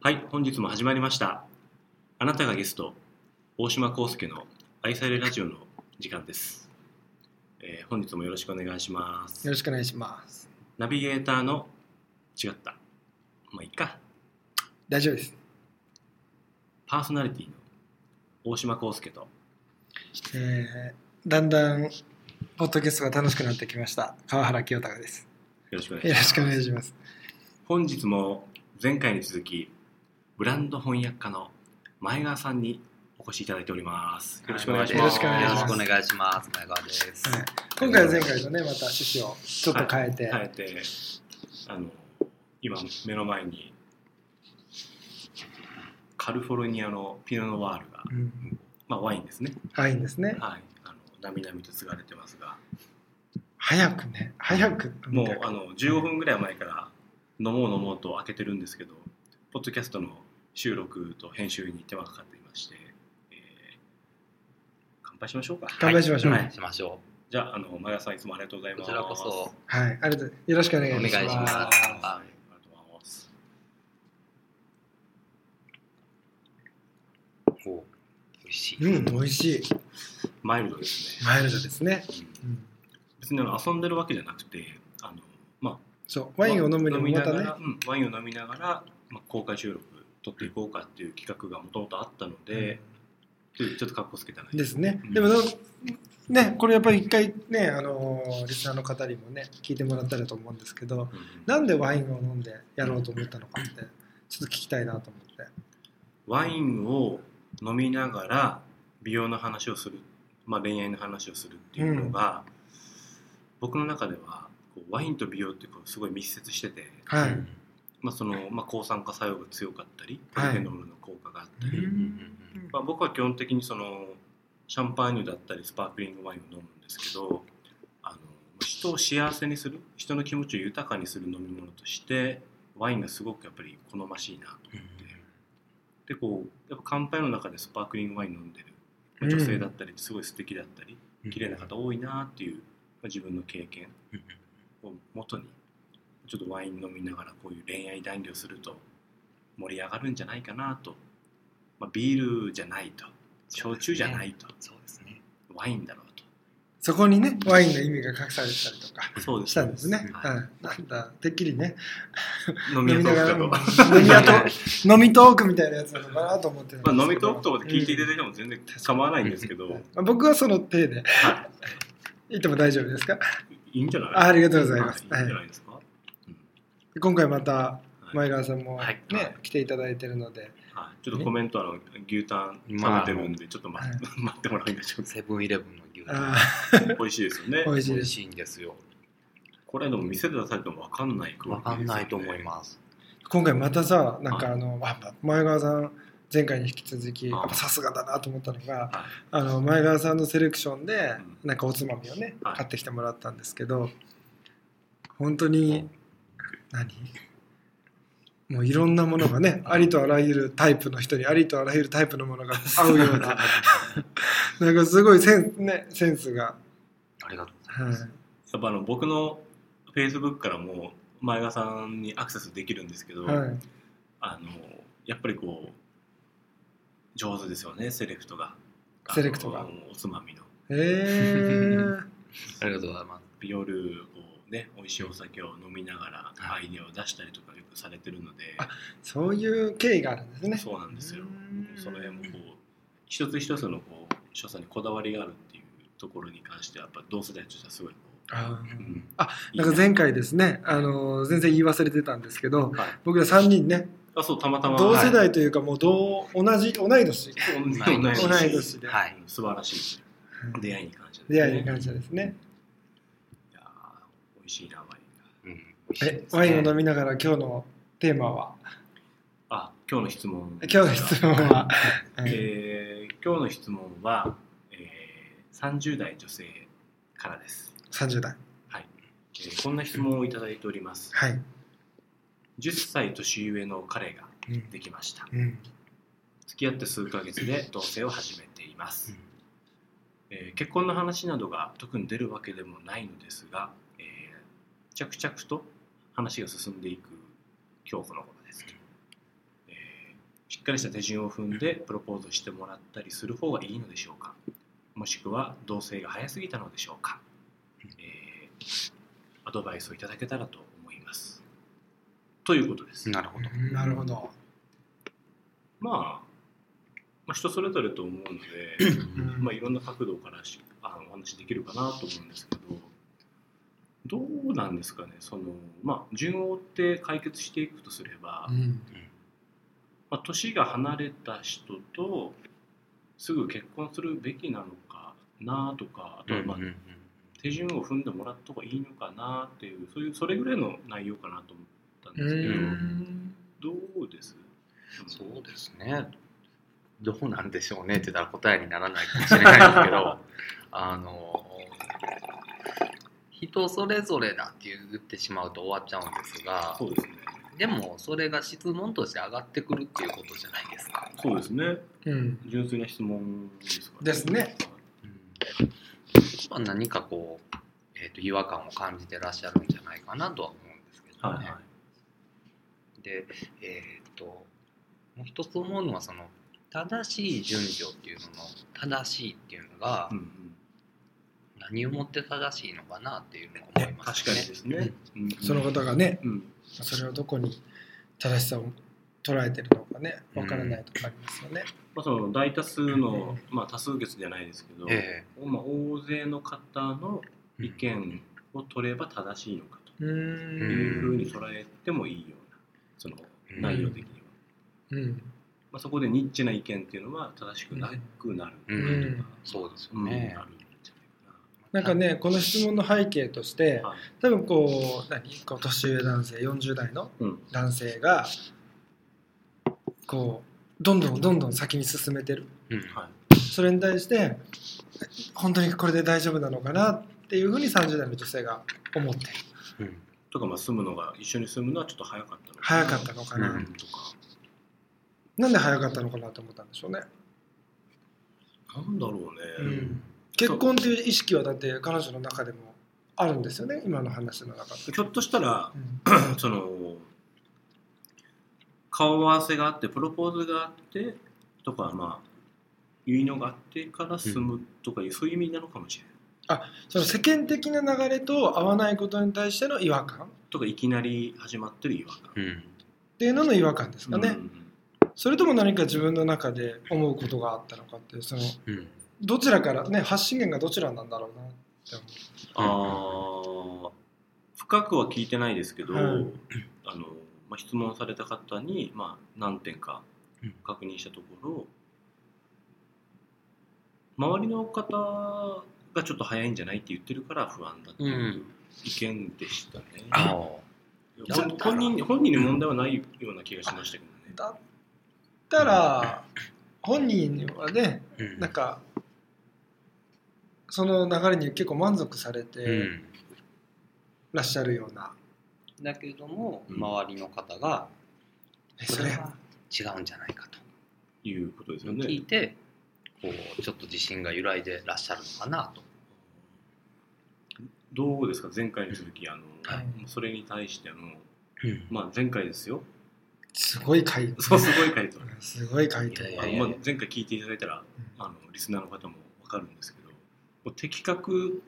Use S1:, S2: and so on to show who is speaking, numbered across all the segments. S1: はい、本日も始まりました。あなたがゲスト、大島康介の愛されラジオの時間です。えー本日もよろしくお願いしま
S2: よ
S1: す。
S2: ろしくお願いします。
S1: ナビゲーターの、違った。まあ、いっか。
S2: 大丈夫です。
S1: パーソナリティの大島康介と、
S2: えー、だんだん、ポッドキャストが楽しくなってきました。川原清隆です。
S1: よろしくお願いし
S2: よ
S1: ま
S2: ろ
S1: す。
S2: しくお願いします。
S1: 本日も前回に続き、ブランド翻訳家の前川さんにお越しいただいております。よろしくお願いします。
S2: よろしくお願いします
S3: よろしくお願いします。前川です。
S2: はい、今回は前回とね、また趣旨をちょっと変えて、
S1: 変えてあの今目の前にカルフォルニアのピノノワールが、
S2: うん、
S1: まあ、ワインですね
S2: はいいんですね。
S1: はいあのなみなみと継がれてますが
S2: 早くね、早く。
S1: もうあの15分ぐらい前から飲もう飲もうと開けてるんですけどポッドキャストの収録と編集に手間がかかっていまして、えー乾杯しましょうか
S2: 乾杯しましょう。
S1: は
S2: はいい、
S3: しましょ。
S1: じゃああの前田さんいつもありがとうございう
S3: こ
S1: ます
S3: ちらこそ。
S2: ありがとうよろしくお願いします。
S3: お願いしま
S1: は
S3: す
S1: いありがとうございます
S3: お美味しい。
S2: うん、美味しい。
S1: マイルドですね
S2: マイルドですね。
S1: うん
S2: うん、
S1: 別にあの遊んでるわけじゃなくてあの、ま
S2: そう、
S1: あ、
S2: ワインを飲むにも
S1: ま
S2: ま
S1: あ
S2: た
S1: 飲みなが
S2: ね
S1: ら、うんワインを飲みながら、まあ、公開収録撮っていこうかっていう企画がもともとあったので、ちょっと格好つけたね
S2: ですね
S1: うん。
S2: でもの、ね、これやっぱり一回ね、あのーリスナーの方にもね、聞いてもらったらと思うんですけど、
S1: うん
S2: なんでワインを飲んでやろうと思ったのかって、ちょっと聞きたいなと思って。
S1: ワインを飲みながら美容の話をする、まあ、恋愛の話をするっていうのが、僕の中ではこうワインと美容ってこうすごい密接してて、
S2: はい。
S3: うん
S1: まあそのまあ、抗酸化作用が強かったりポ
S2: はい
S1: リフェノールの効果があったり、
S3: うんうんうん
S1: まあ、僕は基本的にそのシャンパーニュだったりスパークリングワインを飲むんですけどあの人を幸せにする人の気持ちを豊かにする飲み物としてワインがすごくやっぱり好ましいなと
S3: うん
S1: でこうやっぱ乾杯の中でスパークリングワイン飲んでる
S2: うん
S1: 女性だったりすごい素敵だったり
S3: うん
S1: 綺麗な方多いなっていう、まあ自分の経験
S3: うん
S1: を元にちょっとワイン飲みながらこういう恋愛談義をすると盛り上がるんじゃないかなと、まあ、ビールじゃないと焼酎じゃないと、
S3: そうですね。
S1: ワインだろう
S2: そこにね、ワインの意味が隠されてたりとか
S1: とそうで
S2: したんですね。
S1: は
S2: はい。なんだ、てっきりね、
S1: い飲み
S2: 飲
S1: 屋
S2: み
S1: トー
S2: なが
S1: ク
S2: ら
S1: だと
S2: も、飲み屋 トーク飲みトークみたいなやつなのかなと思ってた
S1: ま
S2: ん
S1: あ
S2: です
S1: 飲
S2: け
S1: みト
S2: ど
S1: ークとかで聞いていただいても全然構わないんですけど、
S2: うん僕はその手で、
S1: はい
S2: ても大丈夫ですか
S1: いいいんじゃない
S2: あありがとうございます
S1: はいいんじゃないですか、うん
S2: 今回また、
S1: はい
S2: 前川さんも
S1: はい
S2: ね、来ていただいてるので、
S1: はいちょっとコメントあの牛タン
S3: ま
S1: 食
S3: あ
S1: べてるんでちょっと待,、
S2: はい
S1: 待ってもらいましょう
S3: セブンイレブンの牛
S2: あ
S3: タ
S1: 美味しいですよね
S2: あ、美味しい
S3: 美
S2: で
S3: 味
S2: す。
S3: しいんですよ。
S1: これでも店で出されても分かんないクオ
S3: わ
S1: リティ
S3: か
S1: で
S3: ん
S1: すよね
S3: ないと思います。
S2: 今回またさなん
S1: は
S2: かあの、あ前川さん前回に引き続きや
S1: はい
S2: っぱさすがだなと思ったのが
S1: は
S2: あの前川さんのセレクションで
S1: ん
S2: なんかおつまみをね
S1: はい
S2: 買ってきてもらったんですけど本当に何もういろんなものがねありとあらゆるタイプの人にありとあらゆるタイプのものが合うよ う ななんかすごいセン,、ね、センスが、
S3: ありがとうござい
S2: は
S3: ます。
S2: い、
S1: やっぱあの僕のフェイスブックからも前田さんにアクセスできるんですけど、
S2: はい、
S1: あのやっぱりこう上手ですよねセレクトが
S2: セレクトが
S1: あのおつまみの
S2: え ー、
S3: ありがとうございます。
S1: 夜こうね美味しいお酒を飲みながらア
S3: は
S1: イデアを出したりとかよくされてるので、
S2: あそういう経緯があるんですね
S1: そうなんですよ
S2: うん
S1: その辺もこう一つ一つのこう所作にこだわりがあるっていうところに関してはやっぱ同世代としてはすごいこ
S2: あ
S1: う、
S2: ー
S1: うん
S2: あなんか
S1: いいね
S2: 前回ですね、あのー全然言い忘れてたんですけど、
S1: はい
S2: 僕ら3人ね、
S1: あそうたまたま
S2: 同世
S1: はい
S2: 代というか、もう同同じ、同
S1: 同い
S2: い年、
S3: 同い
S1: 年
S3: 年
S2: 同い年で、
S3: はい。
S1: 素晴らしい出会いに感謝です、
S2: 出会いに感謝ですね。
S1: いやー美味しいなワインが
S3: うん
S2: え、ワインを飲みながら、今日のテーマは、
S1: あ今日の質問
S2: 今日の質問は、はい
S1: えー今日の質問は、えー、30代女性からです、
S2: 30代。
S1: えーこんな質問をいただいております
S2: はい。
S1: 10歳年上の彼が
S2: うん
S1: できました
S2: うん
S1: 付き合って数ヶ月で同棲を始めていま
S3: う
S1: す
S3: ん、
S1: えー結婚の話などが特に出るわけでもないのですが、えー着々と話が進んでいく今日この頃ですと、えーっかりした手順を踏んでプロポーズしてもらったりする方がいいのでしょうかもしくは同棲が早すぎたのでしょうか、えーアドバイスをいただけたらと思いますということです、
S3: なるほど。
S2: うんなるほど。
S1: まあ、まあ人それぞれと思うの で、
S2: うん
S1: まあ、いろんな角度からしあのお話しできるかなと思うんですけどどうなんですかねその、まあ、順を追って解決していくとすれば、
S2: うん
S1: まあ、年が離れた人とすぐ結婚するべきなのかなとかあとはまあ
S3: うんうんうん
S1: 手順を踏んでもらった方がいいのかなっていうそういうそれぐらいの内容かなと思ったん
S2: う
S1: ですけど、
S2: ん
S1: どうです
S3: そうですね。どうなんでしょうねって言ったら答えにならないかもしれないですけ ど、あの、人それぞれだって言ってしまうと終わっちゃうんですが、
S1: そうですね
S3: でもそれが質問として上がってくるっていうことじゃないですか。
S1: そうですね
S2: うん
S1: 純粋な質問ですか
S2: ですね
S3: まあ、何かこう、えー、と違和感を感じてらっしゃるんじゃないかなとは思うんですけど
S1: はい
S3: ね。
S1: はい、
S3: で、えっともう一つ思うのはその正しい順序っていうのの正しいっていうのが
S1: うんうん
S3: 何をもって正しいのかなっていうのを思います
S1: 確かに
S3: ね。
S1: ですね、うん
S2: その方がね、
S1: うん
S2: それをどこに正しさを捉えてるのかね、わからないとこありますよね。
S1: まあ、その大多数の、まあ、多数決じゃないですけど、
S3: え
S1: まあ、大勢の方の
S3: え
S1: 意見を取れば正しいのか
S2: う
S1: とい
S2: ん
S1: うふうに捉えてもいいようなその
S3: うん
S1: 内容的には、
S2: うん
S1: まあ、そこでニッチな意見っていうのは正しくなくなるという
S2: うん
S1: か
S3: そうです
S1: う
S3: よ
S1: んあるん
S3: ね。
S1: じゃ
S2: なんかね、この質問の背景とし
S1: ない
S2: て
S1: かな、はい
S2: 多分こう、何こう年上男性、40代の
S1: うん
S2: 男性が、こう、どんどんどんどん先に進めてる。
S3: うん
S1: はい
S2: それに対して、本当にこれで大丈夫なのかなっていうふうに30代の女性が思ってる。
S3: うん
S1: とかまあ住むのが一緒に住むのはちょっと早かったのか
S2: 早かったのかな。
S1: うんとか
S2: なんで早かったのかなと思ったんでしょうね。
S1: なんだろうね、
S2: うん結婚という意識はだって彼女の中でもあるんですよね今の話の中で、
S1: ひょっとしたら
S2: うん
S1: その顔合わせがあってプロポーズがあってとかまあ結納があってから住むとかいう、そういう意味なのかもしれない
S2: その世間的な流れと合わないことに対しての違和感っ
S1: とかいきなり始まってる違和感
S3: うん
S2: ていうのの違和感ですかね、
S1: うんうん
S2: それとも何か自分の中で思うことがあったのかっていうその
S3: うん
S2: どちらからね発信源がどちらなんだろうなって
S1: あ
S2: 思
S1: ー深くは聞いてないですけど、
S2: はい
S1: あのまあ、質問された方に、まあ、何点か確認したところ、周りの方がちょっと早いんじゃないって言ってるから不安だっていう意見でしたね、
S3: ああ
S1: ほん本人本人に問題はないような気がしましたけど
S2: う
S1: ね
S2: だったら本人はね
S3: うん
S2: なんかその流れに結構満足され
S3: う
S2: て
S3: ん
S2: らっしゃるような、
S3: だけども
S1: うん
S3: 周りの方が
S2: え
S3: そ
S2: そ
S3: れ
S2: れ
S3: は違うんじゃないかと。
S1: いうことですよ
S3: 聞い
S1: ね
S3: てこうちょっと自信が揺らいでらっしゃるのかなと。
S1: どうですか前回に続きあの、
S2: はい
S1: それに対しての、まあ、前回ですよ
S2: すごい会
S1: そうすごい回答
S2: すごい回答
S3: い
S1: あ
S3: や
S1: の
S3: いや
S1: まあ、前回聞いていただいたらあのリスナーの方も分かるんですけどもう的確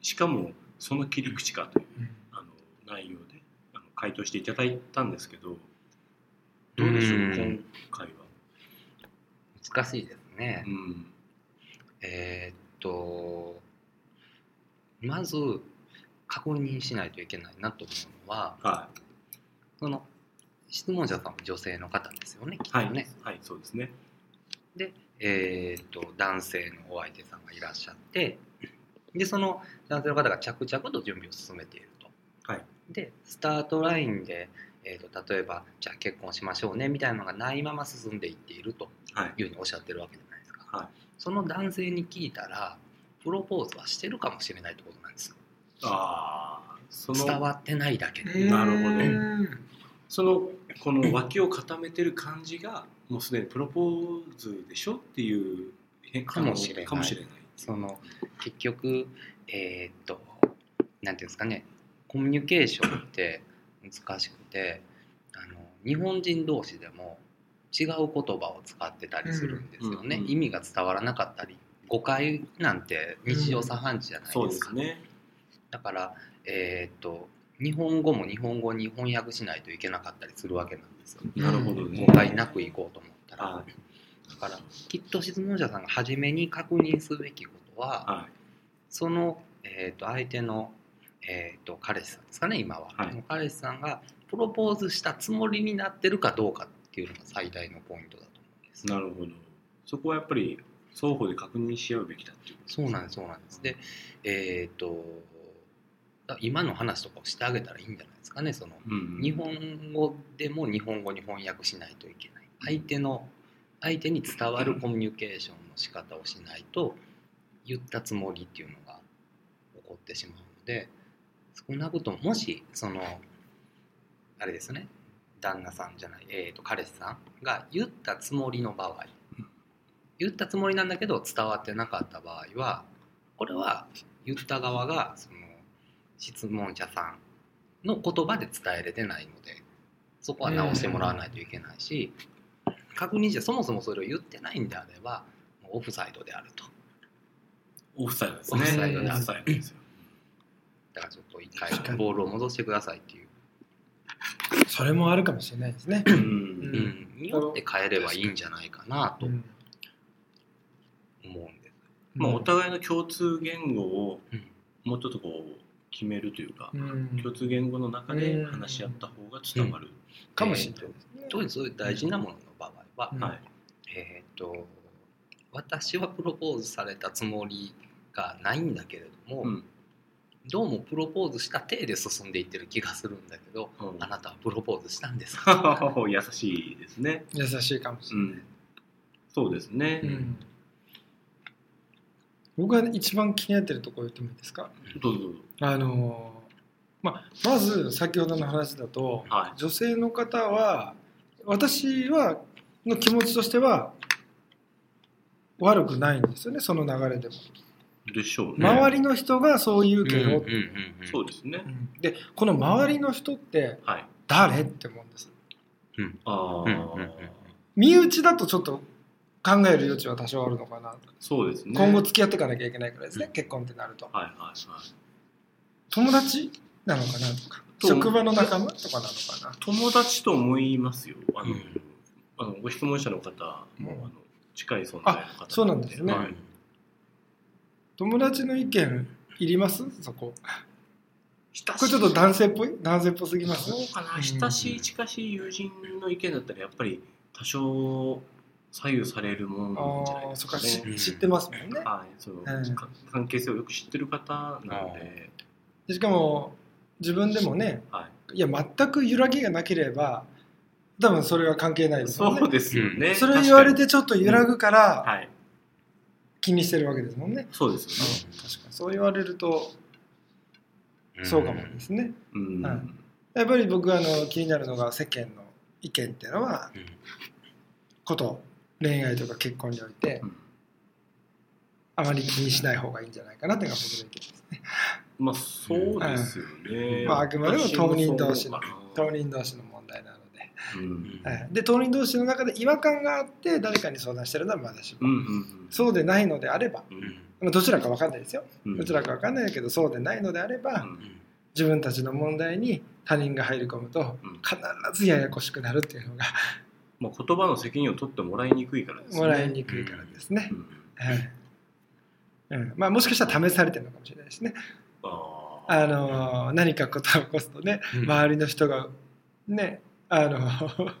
S1: しかもその切り口かというあの内容であの回答していただいたんですけどどうでしょう、
S3: うん
S1: 今回は、
S3: 難しいですね。
S1: うん
S3: えーっとまず確認しないといけないなと思うのは
S1: は
S3: その質問者さんも女性の方ですよねきっ
S1: い、は
S3: と
S1: い
S3: ね。
S1: はい、そうですね
S3: えーっと男性のお相手さんがいらっしゃってでその男性の方が着々と準備を進めていると。
S1: はい
S3: でスタートラインで、えーっと例えばじゃあ結婚しましょうねみたいなのがないまま進んでいっていると。
S1: はい
S3: いうふうにおっしゃってるわけじゃないですか、
S1: はい
S3: その男性に聞いたらプロポーズはしてるかもしれないってことなんですよ
S1: ああそ
S3: 伝
S1: の
S3: わってないだけで、
S1: なるほど
S2: ど
S1: そのこの脇を固めてる感じがもうすでにプロポーズでしょっていう変
S3: かもしれない
S1: かもしれない
S3: その結局えーっとなんていうんですかねコミュニケーションって難しくてあの日本人同士でも違う言葉を使ってたりするんですよね、
S1: うんうんうん
S3: 意味が伝わらなかったり誤解なんて日常茶飯事じゃないですか、
S1: そうですね。
S3: だから、えーっと日本語も日本語に翻訳しないといけなかったりするわけなんですよ、
S2: うん
S1: なるほどね。
S3: 誤解なくいこうと思ったら、
S1: はい。
S3: だからきっと質問者さんが初めに確認すべきことは、
S1: は
S3: その、えー、と相手の、えー、と彼氏さんですかね今は、
S1: はい
S3: その彼氏さんがプロポーズしたつもりになってるかどうかっていうのが最大のポイントだと思うんです
S1: い。なるほど。そこはやっぱり双方で確認し合うべきだっていうこと
S3: そうなんですそうなんですでえっ、とだ今の話とかをしてあげたらいいんじゃないですかねその
S1: うん。
S3: 日本語でも日本語に翻訳しないといけない相手の相手に伝わるコミュニケーションの仕方をしないと言ったつもりっていうのが起こってしまうので少なくとももしそのあれですね旦那さんじゃない、えー、と彼氏さんが言ったつもりの場合言ったつもりなんだけど伝わってなかった場合はこれは言った側がその質問者さんの言葉で伝えれてないのでそこは直してもらわないといけないし、確認してそもそもそれを言ってないんであればもうオフサイドであると
S1: オフサイドですね。
S3: オフサイド
S2: です
S1: オフサイドですよ。
S3: だからちょっと一回ボールを戻してくださいっていう、
S2: それもあるかもしれないですね。
S1: う。
S3: うんん、によって変えればいいんじゃないかなと
S2: う
S3: 思
S2: ん
S3: うんです、
S1: まあお互いの共通言語を
S3: うん
S1: もうちょっとこう決めるというか
S2: う、ん
S1: 共通言語の中で話し合った方が伝わる。
S2: かもしれないですね。
S3: 特にそういう大事なものの場合は、
S2: うん
S1: はい。
S3: えっ、と私はプロポーズされたつもりがないんだけれども、
S1: うん。
S3: どうもプロポーズした体で進んでいってる気がするんだけど
S1: う
S3: あなたはプロポーズしたんですか
S1: ん 優しいですね。
S2: 優しいかもし
S1: う
S2: れない
S1: ん。そうですね。
S3: う。ん
S2: うん僕が一番気になってるところ言ってもいいですか
S1: どうぞどうぞ。
S2: あのまあ、まず先ほどの話だと
S1: は
S2: 女性の方は私はの気持ちとしては悪くないんですよねその流れでも
S1: い。でしょうね。
S2: 周りの人がそういう意見を、
S1: そう
S3: で
S1: ですね
S2: う。んでこの周りの人って
S1: はい。
S2: 誰って思うんです
S1: あ
S3: うんうんうん
S1: あ、
S2: 身内だとちょっと考える余地は多少あるのかな、
S1: そうですね。
S2: 今後
S1: はい
S2: 付き合っていかなきゃいけないからいですね、
S1: うん
S2: 結婚ってなると
S1: はいはい。
S2: 友達なのかなとか
S1: と
S2: 職場の仲間とかなのかな
S1: 友達と思いますよ。あの、
S3: うん
S1: あのご質問者の方も、
S2: うん
S1: あの近い存在の方
S2: あそうなんですね
S1: はい
S2: 友達の意見いりますそこ
S1: 親しい
S2: これちょっと男性っぽい男性っぽすぎます
S1: そうかな。親しい近しい友人の意見だったらやっぱり多少左右されるもんなんじゃない
S2: ああ
S1: で
S2: そ
S1: す
S2: っか
S1: か
S2: し
S1: ね。
S2: 知ってますもんね
S1: はい、そう
S2: うん
S1: か関係性をよく知ってる方なので、
S2: でしかも自分でもね
S1: はい
S2: や全く揺らぎがなければ多分それは関係ない
S1: い、
S2: ですもん
S1: そう
S2: ね
S1: ですよね。
S2: それ言われ
S1: 確か
S2: てちょっと揺らぐから
S1: に、はい、
S2: 気にしてるわけですもんね、
S1: そうですよね。
S2: うん確かにそう言われるとそうかもですね、
S1: うん、
S2: はいやっぱり僕はあの気になるのが世間の意見っていうのは
S3: うん
S2: こと恋愛とか結婚において
S1: うん
S2: あまり気にしない方がいいんじゃないかなっていうのが僕の意見ですね
S1: まあそうですよね。
S2: まああくまでも当人同士の
S1: 私もそう
S2: 当
S1: 思うか
S2: 人同士の問題なので
S1: なうん
S2: はい、で当人同士の中で違和感があって誰かに相談してるのはまだし
S1: う
S2: も、
S1: んうん
S2: そうでないのであれば
S1: うん
S3: うん
S2: まあどちらか分かんないですよ、
S1: うん
S2: どちらか分かんないけどそうでないのであれば、
S1: うん
S2: 自分たちの問題に他人が入り込むと
S1: うん
S2: 必ずややこしくなるっていうのが
S1: まあ、言葉の責任を取ってもらいにくいからですね。
S2: もらいにくいからですね
S1: う、ん
S2: はいうんまあ、もしかしたら試されてるのかもしれないですね、
S1: あー
S2: あのー何かことを起こすとね
S3: うん
S2: 周りの人がねあの ー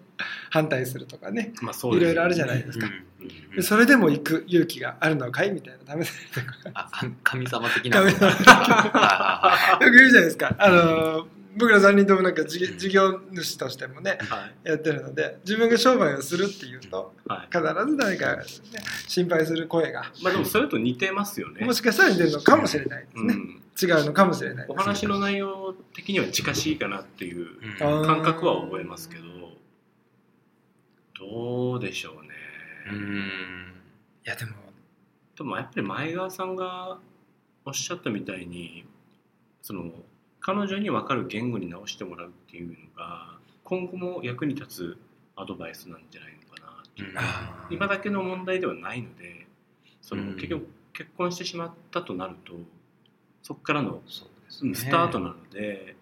S2: 反対するとかね
S1: まあそうですね
S2: いろいろあるじゃないですか
S1: うん
S3: うん
S2: それでも行く勇気があるのかいみたいな試されてる
S3: あか神様的な
S2: 神様
S3: はいは
S2: よく言うじゃないですか。あの、僕ら3人ともなんか事事業主としてもね、
S1: はい
S2: やってるので、自分が商売をするっていうと、
S1: はい
S2: 必ず誰か、ね、心配する声が、
S1: まあでもそれと似てますよね。
S2: もしかしたら出るのかもしれないです
S1: う
S2: ね。
S1: ん、
S2: 違うのかもしれない
S1: お
S2: です。
S1: 話の内容的には近しいかなっていう
S3: いはい
S2: あー
S1: 感覚は覚えますけど、どうでしょうね。
S3: うん
S2: いや、でも、
S1: でもやっぱり前川さんがおっしゃったみたいにその彼女に分かる言語に直してもらうっていうのが今後も役に立つアドバイスなんじゃないのかっていう、
S2: あー
S1: 今だけの問題ではないのでその
S3: うん
S1: 結局結婚してしまったとなるとそこからの
S3: そうです
S1: うん
S3: ね。
S1: スタートなので、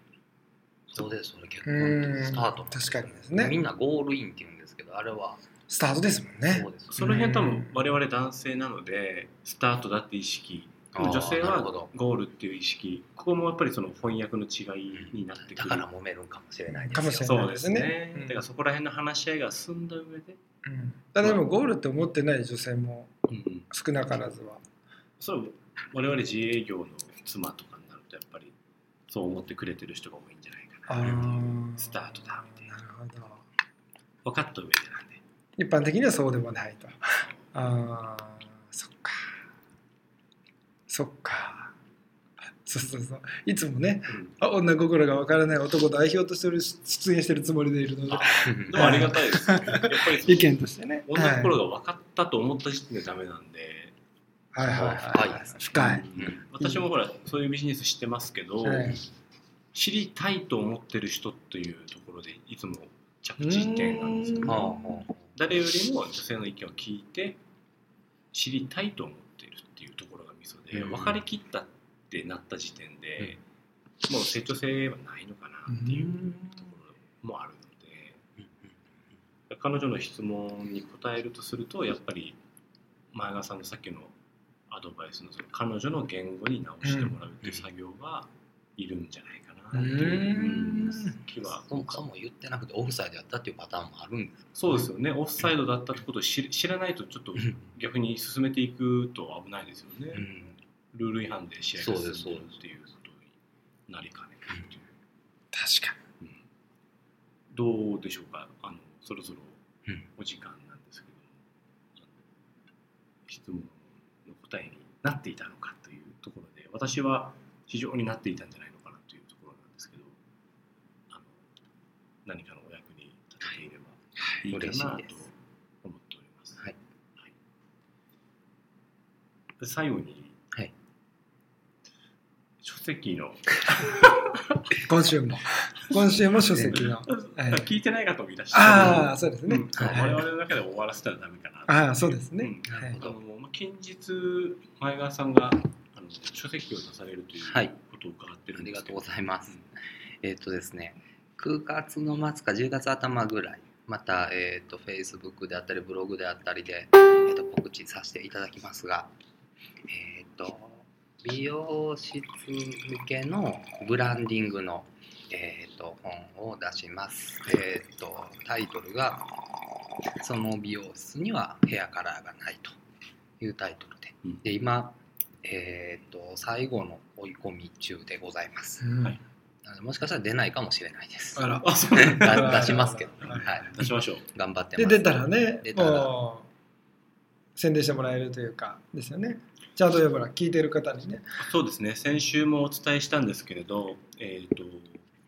S3: そうです、それ結婚っ
S2: う
S3: て
S2: ん
S3: スタート。
S2: 確かにです
S3: み
S2: ね
S3: んなゴールインって言うんですけど、あれは、
S2: スタートですもんね
S3: そうです。
S1: その辺多分我々男性なのでスタートだって意識
S3: あー
S1: 女性
S3: な
S1: は
S3: るほど
S1: ゴールっていう意識ここもやっぱりその翻訳の違いになって
S3: だ
S1: くる
S3: から揉めるんかもしれないです
S2: か
S3: よ。
S2: もしれない
S1: そうですね、
S2: うん
S1: だからそこら辺の話し合いが進んだ上で、
S2: うんただでもゴールって思ってない女性も
S1: うん、
S2: 少なからずは
S1: それは我々自営業の妻とかになるとやっぱりそう思ってくれてる人が多いんじゃないかなっていうスタートだみたい
S2: な
S1: な
S2: るほど
S1: 分かった上でなんで
S2: 一般的にはそうでもない とあーそっかそっかそうそうそういつもねあ女心がわからない男代表としてる出演してるつもりでいるので
S1: あでもありがたいですねやっぱり
S2: 意見としてね
S1: 女心
S2: が
S1: が分かったと思った時点でダメなんで、
S2: はいはいはい
S3: 深いですね
S2: 深い
S1: うん私もほらそういうビジネス知ってますけど、
S2: はい
S1: 知りたいと思ってる人というところでいつも着地点なんですよ
S2: う
S1: ね
S2: ん
S3: ああああ
S1: 誰よりも女性の意見を聞いて知りたいと思っているっていうところがミソで、
S3: うん
S1: 分かりきったってなった時点で、もう成長性はないのかなっていうところもあるので、
S3: うん
S1: 彼女の質問に答えるとするとやっぱり前川さんのさっきのアドバイスのその彼女の言語に直してもらうっていう作業はいるんじゃないかなっていう気は
S3: そもそも言ってなくてオフサイドやったっていうパターンもあるんです
S1: そうですよねオフサイドだったってことを知知らないとちょっと
S3: けど、
S1: 逆に進めていくと危ないですよね、
S3: うん
S1: ルール違反で試合が進むっていうことになりかねないという、
S2: 確か
S1: どうでしょうかあのそろそろ
S3: うん
S1: お時間なんですけども、あの質問の答えになっていたのかというところで私は非常になっていたんじゃないのかなというところなんですけどあの何かのお役に立てていればいいか
S3: 嬉し
S1: ない
S3: で
S1: と
S3: す
S1: 思っております。
S3: はい
S1: はいで最後に、
S3: はい
S1: 書籍の
S2: に今週も今週も書籍のはい
S1: 聞いてない方もいらっし
S2: あ
S1: ゃ
S2: あそうです
S1: るので、
S2: ね
S1: うん我々の中で終わらせたらダメかな
S2: ああそうですね
S1: うん
S2: はい
S1: あのまあ近日前川さんがあの書籍を出されるという
S3: はい
S1: ことを伺ってる
S3: あ
S1: んで
S3: りが
S1: すけ
S3: と
S1: ど、
S3: うございますえっ、とですね9月の末か10月頭ぐらいまた、えー、と Facebook であったりブログであったりで、えー、と告知させていただきますがえっ、と美容室向けのブランディングの、えー、と本を出しますえっ、とタイトルが「その美容室にはヘアカラーがない」というタイトルで
S1: うん
S3: で今えっ、と最後の追い込み中でございます
S2: うん
S1: はい
S3: なのでもしかしたら出ないかもしれないです。
S2: あら
S1: あそうなんだ
S3: だ出しますけど、
S2: は
S3: はいい、
S1: 出しましょう。
S3: 頑張って
S2: で
S3: ます。
S2: 出たらね
S3: 出たら
S2: もう宣伝してもらえるというかですよねちゃんとやっぱら聞いてる方にね
S1: そうですね先週もお伝えしたんですけれど、えー、と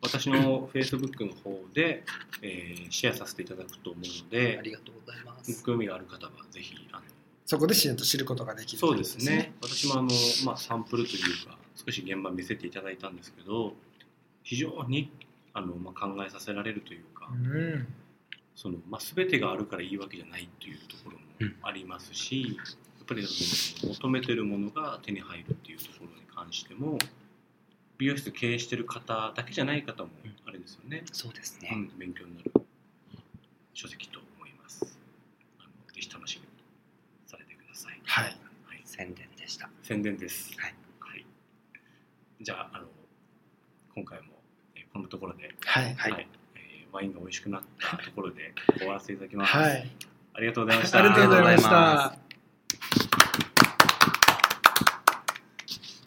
S1: 私の Facebook の方で、えーシェアさせていただくと思うので
S3: ありがとうございます。
S1: 興味がある方はぜひあの
S2: そこで支援と知ることができる
S1: そうですね私もあの、まあ、サンプルというか少し現場見せていただいたんですけど非常にあの、まあ、考えさせられるというか、
S2: うん
S1: そのまあ、全てがあるからいいわけじゃないっていうところもありますし、やっぱりその求めてるものが手に入るっていうところに関しても美容室経営してる方だけじゃない方もあれですよね、
S3: そうです
S1: う
S3: ね。
S1: ん、勉強になる書籍と思いますあのぜひ楽しみにされてください、
S2: はい
S1: はい、
S3: 宣伝でした。
S1: 宣伝です
S3: はい、
S1: はい、じゃああの今回も、えーこのところで、
S2: はい
S3: はい
S1: えーワインが美味しくなったところで終わらせていただきます、
S2: はい
S1: ありがとうございました
S2: ありがとうございまし
S3: ありがとうございます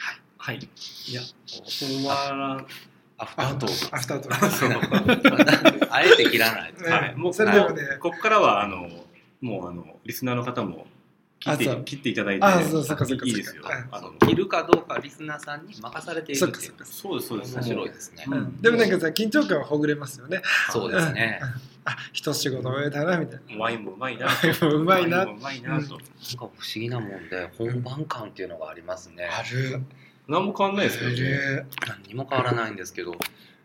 S2: た
S1: はいいや終わ
S3: アフタ
S2: あ
S3: ート
S2: と
S3: ー
S2: アフタートー
S1: ら
S2: ク
S1: そう
S3: ク。あえて切らない。
S2: ね
S1: はいもう
S2: それでもね
S1: ここからはあのもうあのリスナーの方も切って
S2: あそう
S1: 切っていただいて
S2: あそうそうそうそう
S1: いいですよ
S2: はい
S1: あの
S3: 切るかどうかはリスナーさんに任されているってい
S2: そっ
S3: う
S2: か。
S1: そうですそうです
S3: 面白いですね
S1: う。ん
S2: でもなんかさ緊張感はほぐれますよね
S3: そうですね。
S2: あ一仕事終えたなみたい
S1: ワインもうまいな
S2: なうまい
S1: ワイ
S2: な
S1: ンもうまいなと、
S3: なんか不思議なもんで本番感っていうのがありますね。
S2: る
S1: 何も変わんないですけどね
S2: る
S3: 何にも変わらないんですけど、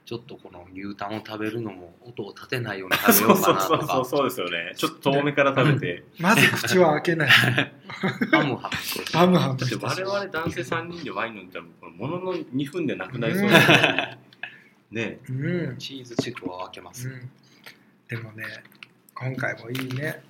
S3: ちょっとこの牛タンを食べるのも音を立てないように食べようかなとか
S1: そうですよねちょっと遠めから食べて
S2: まず口は開け ない。
S3: ハムハムして
S2: ハムハム
S1: だっ
S2: してて
S1: 我々男性3人でワイン飲んだらこのものの2分でなくなりそう
S2: うん
S1: なね
S2: うん。うん。
S3: チーズチクは分けます、
S2: でもね、今回もいいね。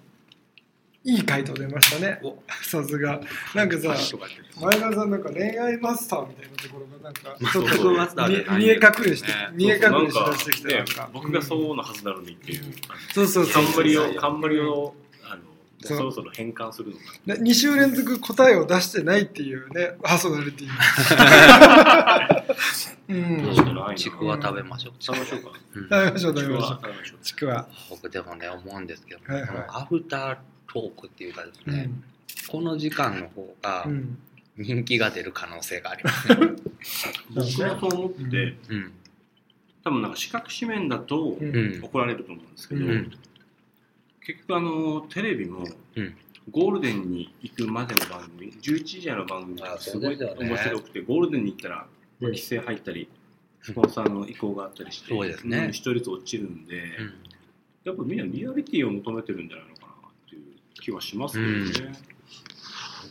S2: いい回答出ましたね。
S3: お
S2: さすが。なんかさ、
S1: とかって
S2: 前川さんなんか恋愛マスターみたいなところがなんか、ちょっ
S1: そうそう
S2: と見見え隠れして、見え隠
S1: な
S2: れ
S1: ん
S2: しだ
S1: か
S2: してきたな
S1: ね
S2: んか。
S1: 僕がそ
S2: ん。
S1: うなはずなのにっていう
S2: そうそうそう。
S1: 冠
S3: いやい
S1: を
S3: や
S1: 冠をあの
S2: そう
S1: そろそろ変換するのか
S2: ね2週連続答えを出してないっていうね、パーソナリ ティ。うん。
S3: ち
S1: ちょ
S3: ょ
S1: っと
S3: っ
S1: ない
S3: と
S1: な
S3: チクワ食べましょう。
S1: 食べましょうか
S3: うん
S2: 食べましょう、食
S1: ち
S2: べ
S1: く
S2: ましょ
S1: わ
S2: う。
S1: 食べましょう
S2: ちくわ。
S3: 僕でもね思うんですけど、
S2: はいはい
S3: このアフタートークっていうかです
S2: う
S3: ね、
S2: ん。
S3: この時間の方が
S2: うん。
S3: 人気が出る可能性があります、
S1: 僕はそう思ってて、
S2: うん
S3: うん
S1: 多分なんか視覚紙面だと
S2: う。
S3: うんん
S1: 怒られると思うんですけど、
S3: うん
S1: 結局あのテレビも
S3: うん
S1: ゴールデンに行くまでの番組11時台の番組
S3: あ
S1: がす
S3: そう
S1: ご
S3: で
S1: い
S3: すよね
S1: 面白くて、ゴールデンに行ったら
S3: うん
S1: 規制入ったりスポンサーの意向があったりして
S3: そうですね
S1: ん視聴率落ちるんで、やっぱみんなリアリティを求めてるんじゃないのかなっていう気はしますけどね、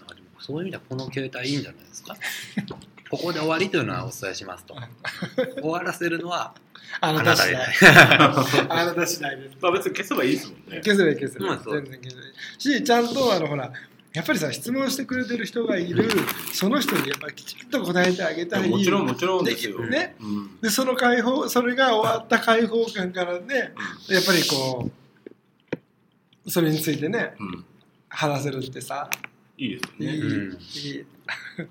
S3: あでもそういう意味ではこの携帯いいんじゃないですかここで終わりというのはお伝えしますと終わらせるのは
S2: あ
S3: あ
S2: な
S3: な
S2: た
S3: た
S2: 次
S3: で
S2: 第。あなた次第です。
S1: まあ別に消せばいいですもんね
S2: 消せばいい消せばいい
S3: まあそう
S2: 全然消せばいいしちゃんとあのほらやっぱりさ質問してくれてる人がいるその人にやっぱりきちんと答えてあげたい
S1: もちろんもちろんですよ、
S2: ね
S1: うん
S2: でその解放それが終わった解放感からねやっぱりこうそれについてね
S1: うん、
S2: 話せるってさ
S1: いいです
S2: い
S1: よね
S2: い、
S3: うん
S2: いい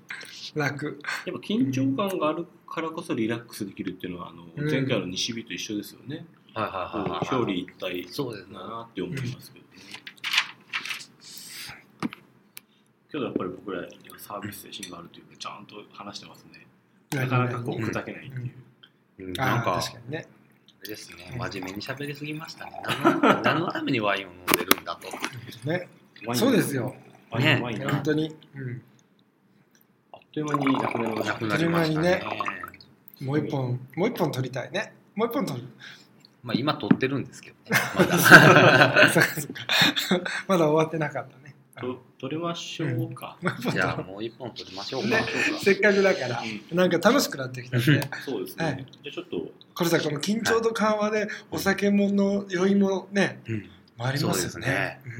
S2: 楽
S1: やっぱ緊張感があるからこそリラックスできるっていうのはあの
S2: うん
S1: 前回の西日と一緒ですよね、
S3: はいは
S1: こ
S3: い
S1: う表裏一体
S3: そうですね
S1: だなって思いますけどね、けどやっぱり僕らにはサービス精神があるというかちゃんと話してますねなかなかこう
S3: うん
S1: 砕けないっていう、
S3: うん
S2: あ
S3: なん
S2: あ
S3: か
S2: 確かにね
S3: あれですね
S2: うん
S3: 真面目に喋りすぎました ね何の何のためにワインを飲んでるんだと
S2: ね
S1: ワイン
S2: そうですよ
S1: ワイン
S3: ね
S1: ワイン
S2: 本
S1: な
S2: 当に、うん
S1: あっという間になくなりまし
S3: な
S1: た
S3: くなりましたね
S2: もう一本もう一本取りたいねもう一本取る
S3: まあ今撮ってるんですけどねま だ
S2: そっかそっか まだ終わってなかったね。
S1: と取りましょうか、
S3: じゃあもう一本撮りましょうか、
S2: ねせっかくだから、
S1: う
S2: なんか楽しくなってきたんで、
S1: そうですね、
S2: はい
S1: じゃあちょっと
S2: これさ、この緊張と緩和で、お酒もの酔いもね、
S3: うん
S2: 回りますよね。うん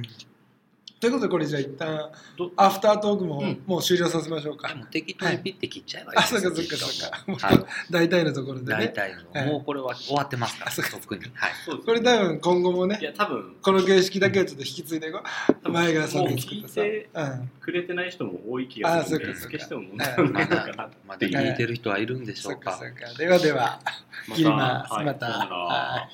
S2: ということで、これじゃあ一旦
S1: ど、
S2: アフタートークも
S3: うん
S2: もう終了させましょうか
S3: で。も適当にピッて切っちゃえばいい
S2: あ、そっかそっかそっか。もう
S3: はい
S2: 大体のところで
S3: 大
S2: ね。
S3: 体
S2: は
S3: の、
S2: い
S3: もうこれは終わってますか
S2: あ
S3: ら、
S2: そうか
S3: 特に。はい。
S1: そうですね
S2: これ多分今後も
S1: い
S2: ね、
S1: や多分
S2: この形式だけはちょっと引き継いでいこ
S1: 多
S2: う。
S1: 分
S2: 前川さん
S1: もう
S2: の作
S1: 聞
S2: っ
S1: い
S2: たさ。
S1: て
S2: うん。
S1: くれてない人も多い気がするん
S2: あ
S1: で
S2: ーそうかそうか
S1: 消しても問題ないの
S3: ま
S1: かな
S3: だ
S1: っていう、
S3: まだ聞いてる人はいるんでし
S2: そ
S3: ょ
S2: っ
S3: う
S2: か
S3: か
S2: そ。っか。ではでは。切ります
S1: はい
S2: また
S1: さよなら
S2: は